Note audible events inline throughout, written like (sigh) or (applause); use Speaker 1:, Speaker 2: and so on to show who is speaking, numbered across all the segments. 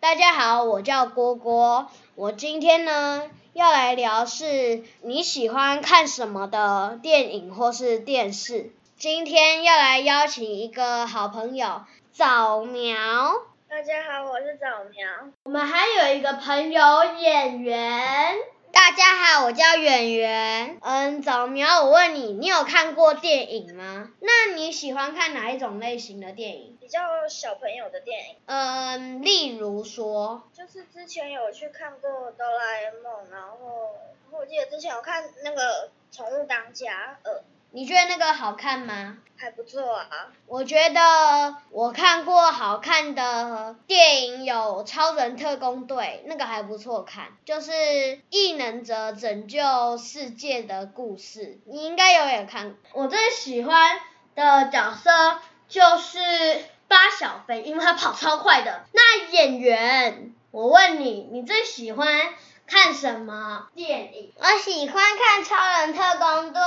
Speaker 1: 大家好，我叫郭郭，我今天呢要来聊是你喜欢看什么的电影或是电视。今天要来邀请一个好朋友早苗，
Speaker 2: 大家好，我是早苗。
Speaker 1: 我们还有一个朋友演员。大家好，我叫演员。嗯，早苗，我问你，你有看过电影吗？那你喜欢看哪一种类型的电影？
Speaker 2: 比较小朋友的电影，
Speaker 1: 嗯，例如说，
Speaker 2: 就是之前有去看过《哆啦 A 梦》，然后我记得之前有看那个《宠物当家二》，
Speaker 1: 你觉得那个好看吗？
Speaker 2: 还不错啊。
Speaker 1: 我觉得我看过好看的电影有《超人特工队》，那个还不错看，就是异能者拯救世界的故事，你应该有也看过。我最喜欢的角色就是八小飞，因为他跑超快的。那演员，我问你，你最喜欢？看什么电影？我喜欢看《超人特工队》，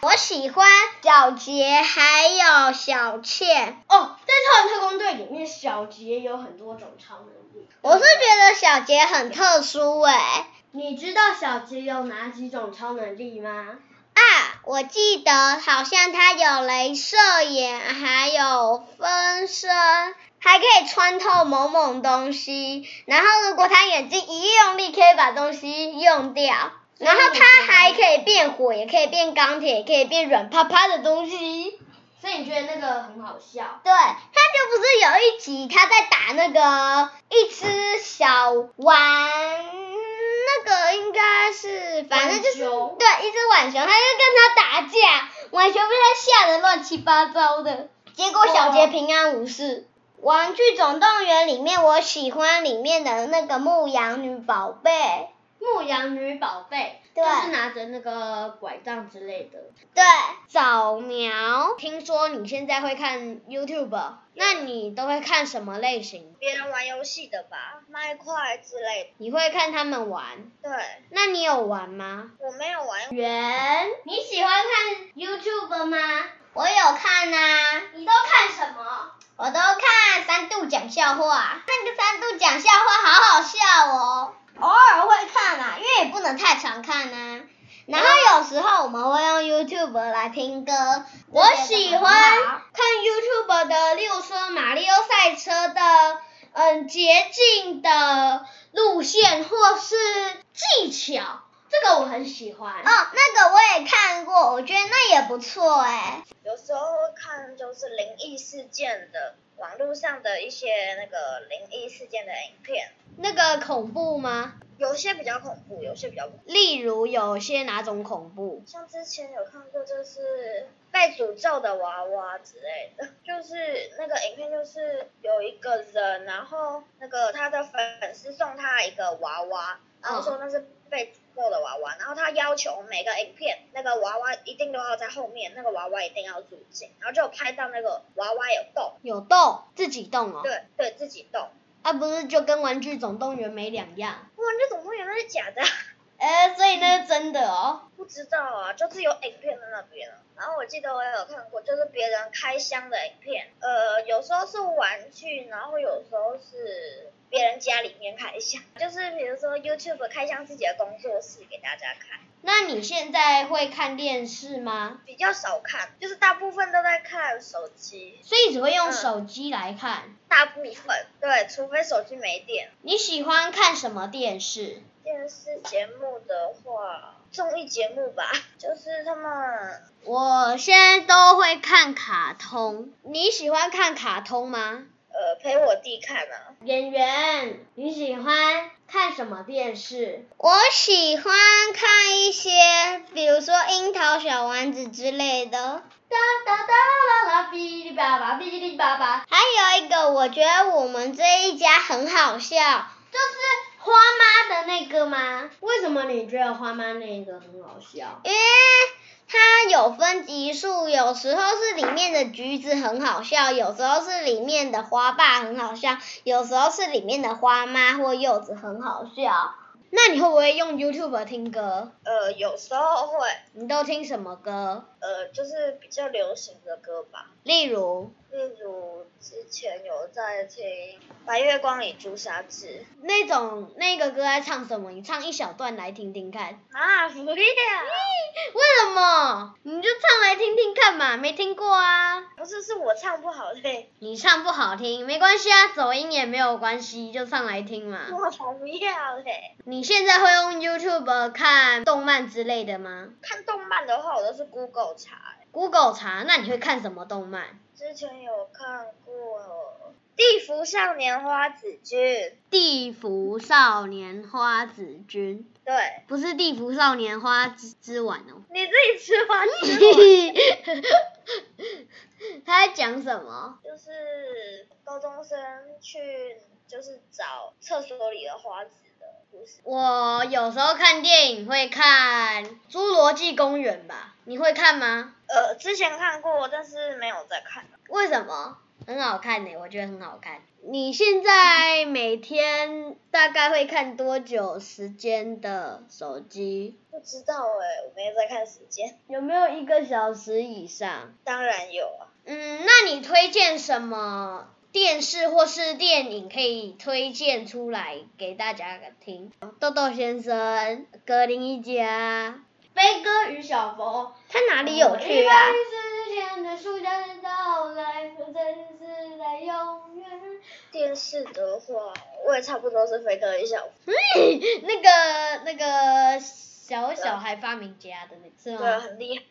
Speaker 1: 我喜欢小杰还有小倩。哦，在《超人特工队》里面，小杰有很多种超能力。我是觉得小杰很特殊欸诶、你知道小杰有哪几种超能力吗？啊，我记得好像他有镭射眼，还有分身，还可以穿透某某东西。然后如果他眼睛一用力，可以把东西用掉。然后他还可以变火，也可以变钢铁，也可以变软趴趴的东西。所以你觉得那个很好笑？对，他就不是有一集他在打那个一只小玩，那个应该是反正就是
Speaker 2: 浣熊
Speaker 1: 对一只浣熊，他就跟他打架，浣熊被他吓得乱七八糟的，结果小杰平安无事。玩具总动员里面，我喜欢里面的那个牧羊女宝贝。牧羊女宝贝，
Speaker 2: 对
Speaker 1: 就是拿着那个拐杖之类的。对，早苗，听说你现在会看 YouTube，那你都会看什么类型？
Speaker 2: 别人玩游戏的吧，麦块之类的。
Speaker 1: 你会看他们玩？
Speaker 2: 对，
Speaker 1: 那你有玩吗？
Speaker 2: 我没有玩，
Speaker 1: 圆，你喜欢看 YouTube 吗？我有看呐、你都看什么？我都看三度讲笑话，那个三度讲笑话好好笑哦。偶尔会看啊，因为也不能太常看啊。然后有时候我们会用 YouTube 来听歌，我喜欢看 YouTube 的，例如说《马里奥赛车》的，嗯，捷径的路线或是技巧，这个我很喜欢。哦，那个我也看过，我觉得那也不错哎。
Speaker 2: 有时候会看就是灵异事件的，网络上的一些那个灵异事件的影片，
Speaker 1: 那个恐怖吗？
Speaker 2: 有些比较恐怖，有些比较不。
Speaker 1: 例如有些哪种恐怖？
Speaker 2: 像之前有看过，就是被诅咒的娃娃之类的，就是那个影片，就是有一个人，然后那个他的粉丝送他一个娃娃，然后说那是被诅咒的娃娃，然后他要求每个影片那个娃娃一定都要在后面，那个娃娃一定要入镜，然后就有拍到那个娃娃有动，
Speaker 1: 有动，自己动哦，
Speaker 2: 对对，自己动，
Speaker 1: 啊，不是就跟《玩具总动员》没两样。
Speaker 2: 哇，那怎么会有那是假的啊？
Speaker 1: 哎，所以那是真的哦。
Speaker 2: 不知道啊，就是有影片在那边啊。然后我记得我也有看过，就是别人开箱的影片，呃，有时候是玩具，然后有时候是别人家里面开箱，就是比如说 YouTube 开箱自己的工作室给大家看，
Speaker 1: 那你现在会看电视吗？
Speaker 2: 比较少看，就是大部分都在看手机，
Speaker 1: 所以只会用
Speaker 2: 嗯
Speaker 1: 手机来看。
Speaker 2: 大部分对，除非手机没电。
Speaker 1: 你喜欢看什么电视？
Speaker 2: 电视节目的话，综艺节目吧，就是他们
Speaker 1: 我现在都会看卡通。你喜欢看卡通吗？
Speaker 2: 呃陪我弟看啊，
Speaker 1: 演员，你喜欢看什么电视？我喜欢看一些，比如说《樱桃小丸子》之类的。哒哒哒啦啦，哔哩吧吧，哔哩吧吧。还有一个，我觉得我们这一家很好笑，就是花妈的那个吗？为什么你觉得花妈那个很好笑？因为它有分级数，有时候是里面的橘子很好笑，有时候是里面的花爸很好笑，有时候是里面的花妈或柚子很好笑。那你会不会用 YouTube 听歌？
Speaker 2: 呃有时候会。
Speaker 1: 你都听什么歌？
Speaker 2: 呃，就是比较流行的歌吧。
Speaker 1: 例如
Speaker 2: 例如之前有在听《白月光里朱砂痣
Speaker 1: 那种那个歌在唱什么，你唱一小段来听听看。》
Speaker 2: 啊，不要，
Speaker 1: 为什么？你就唱来听听看嘛，没听过啊。
Speaker 2: (laughs) 不是是我唱不好嘞， (laughs)
Speaker 1: 你唱不好听没关系啊，走音也没有关系，就上来听嘛。
Speaker 2: 我才不要嘞。
Speaker 1: 你现在会用 YouTube 看动漫之类的吗
Speaker 2: 看动漫的话，我都是 Google 查、欸，
Speaker 1: ？Google 查，那你会看什么动漫？
Speaker 2: 之前有看过《地府少年花子君》，
Speaker 1: 《地府少年花子君》
Speaker 2: 对
Speaker 1: 不是《地府少年花之之碗》哦。
Speaker 2: 你自己吃 (laughs) 完之后，
Speaker 1: (laughs) 他在讲什么？
Speaker 2: 就是高中生去就是找厕所里的花子的故事。
Speaker 1: 我有时候看电影会看《侏罗纪公园》吧，你会看吗？
Speaker 2: 呃，之前看过，但是没有再看了。
Speaker 1: 为什么？很好看呢、我觉得很好看。你现在每天大概会看多久时间的手机？
Speaker 2: 不知道哎、我没在看时间。
Speaker 1: 有没有一个小时以上？
Speaker 2: 当然有啊，
Speaker 1: 嗯，那你推荐什么电视或是电影可以推荐出来给大家听？豆豆先生、格林一家、飞哥与小佛，他哪里有趣啊？啊
Speaker 2: 电视的话，我也差不多是飞哥一小夫，
Speaker 1: (laughs) 那个那个小小孩发明家的那个是
Speaker 2: 对啊，
Speaker 1: 吗？
Speaker 2: 很厉害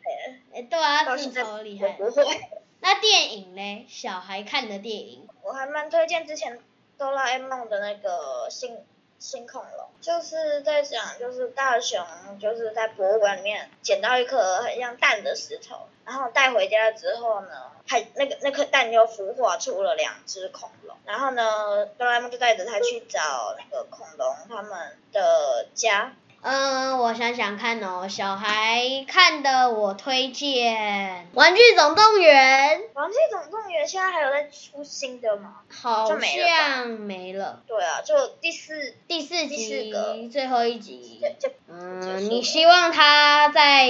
Speaker 2: 欸，
Speaker 1: 哎、对啊，
Speaker 2: 到
Speaker 1: 自
Speaker 2: 现在
Speaker 1: 超厉害
Speaker 2: 我。不会。
Speaker 1: 那电影嘞？小孩看的电影，
Speaker 2: 我还蛮推荐之前哆啦 A 梦的那个新新恐龙，就是在讲就是大雄就是在博物馆里面捡到一颗很像蛋的石头，然后带回家之后呢，它那个那颗蛋就孵化出了两只恐龙，然后呢，哆啦 A 梦就带着他去找那个恐龙他们的家，
Speaker 1: 嗯，我想想看哦，小孩看的我推荐《玩具总动员》，
Speaker 2: 《王记总动员》现在还有在出新的吗？
Speaker 1: 好
Speaker 2: 就没了吧
Speaker 1: 像没了，
Speaker 2: 对啊，就第四
Speaker 1: 第四
Speaker 2: 第
Speaker 1: 集
Speaker 2: 四个
Speaker 1: 最后一集
Speaker 2: 就。就结束
Speaker 1: 嗯，
Speaker 2: 了
Speaker 1: 你希望他再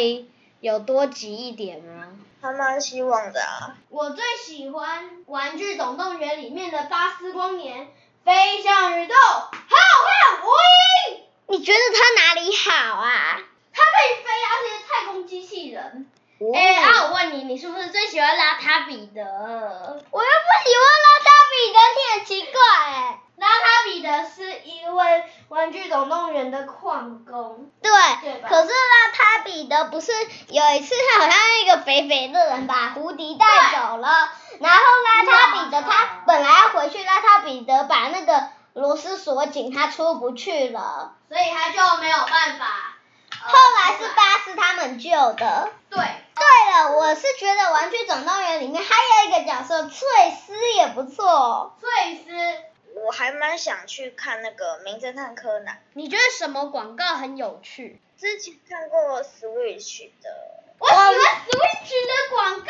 Speaker 1: 有多集一点吗？
Speaker 2: 还蛮希望的啊。
Speaker 1: 我最喜欢《玩具总动员》里面的巴斯光年飞向宇宙，浩瀚无垠。你觉得他哪里好啊？他可以飞啊，这些太空机器人。哎、那、我问你，你是不是最喜欢邋遢彼得？我又不喜欢邋遢彼得，你很奇怪哎、邋遢彼得是一位《玩具总动员》的矿工，
Speaker 3: 对，
Speaker 1: 对吧
Speaker 3: 可是邋遢彼得不是有一次他好像一个肥肥的人把胡迪带走了，然后邋遢彼得他本来要回去，邋遢彼得把那个螺丝锁紧，他出不去了。
Speaker 1: 所以他就没有办法。后
Speaker 3: 后来是巴斯他们救的。
Speaker 1: 对，
Speaker 3: 对了，我是觉得《玩具总动员》里面还有一个角色翠丝也不错哦，
Speaker 1: 翠丝。
Speaker 2: 我还蛮想去看那个《名侦探柯南
Speaker 1: 你觉得什么广告很有趣？》，
Speaker 2: 之前看过 Switch 的，
Speaker 1: 我喜欢 Switch 的广告，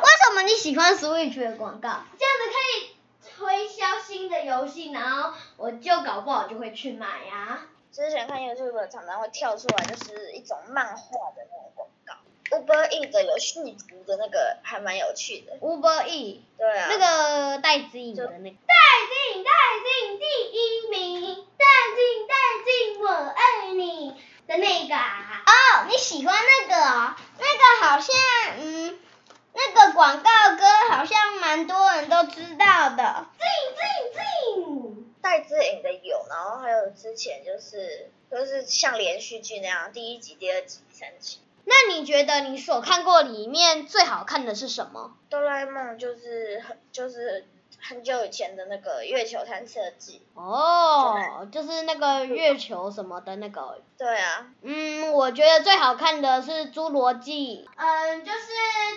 Speaker 3: 为什么你喜欢 Switch 的广告？
Speaker 1: 这样子可以推销新的游戏，然后我就搞不好就会去买啊呀、
Speaker 2: 之前看 YouTube 常常会跳出来，就是一种漫画的那种广告。Uber E 的有续集的那个还蛮有趣的，
Speaker 1: Uber E
Speaker 2: 对啊，
Speaker 1: 那个戴子颖的那个，戴进戴进第一名，戴进戴进我爱你的那个啊，
Speaker 3: 哦，你喜欢那个、哦？那个好像，嗯，那个广告歌好像蛮多人都知道的。
Speaker 1: 进进进。
Speaker 2: 戴之颖的有，然后还有之前就是就是像连续剧那样，第一集、第二集、第三集。
Speaker 1: 那你觉得你所看过里面最好看的是什么？
Speaker 2: 哆啦 A 梦就是很就是很久以前的那个月球探测记，
Speaker 1: 哦，就是那个月球什么的那个
Speaker 2: 对啊，
Speaker 1: 嗯，我觉得最好看的是《侏罗纪》。嗯，就是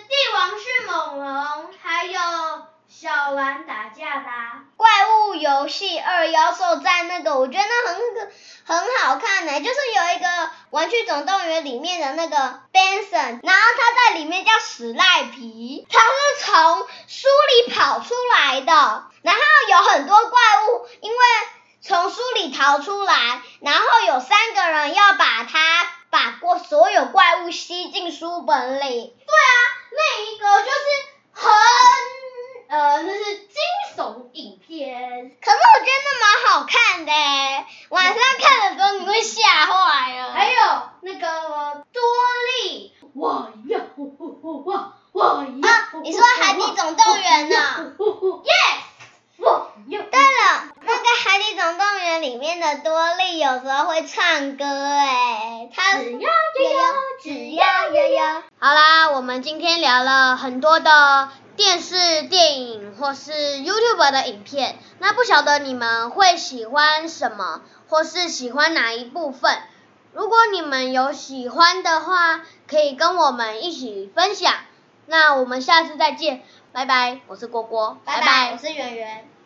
Speaker 1: 帝王是猛龙，还有小兰打架啊吧。
Speaker 3: 怪物游戏二妖兽战那个，我觉得那很很好看呢、就是有一个《玩具总动员》里面的那个 Benson，然后他在里面叫史赖皮，他是从书里跑出来的，然后有很多怪物因为从书里逃出来，然后有三个人要把他。把过所有怪物吸进书本里。对啊，那一个就是很呃，那是惊悚影片。可是我觉得那蛮好看的欸，晚上看的时候你会吓坏了。
Speaker 1: 还有那个多利，我要我我我要、
Speaker 3: 啊，你说《海底总动员》
Speaker 1: (laughs)
Speaker 3: 呢？
Speaker 1: ？Yes，我要
Speaker 3: 对了，那个《海底总动员》里面的多利有时候会唱歌哎，他
Speaker 1: 只要有有，只要有有。好啦，我们今天聊了很多的电视、电影或是 YouTube 的影片，那不晓得你们会喜欢什么，或是喜欢哪一部分？如果你们有喜欢的话，可以跟我们一起分享。那我们下次再见，拜拜，我是郭郭，
Speaker 3: 拜拜，我是圆圆。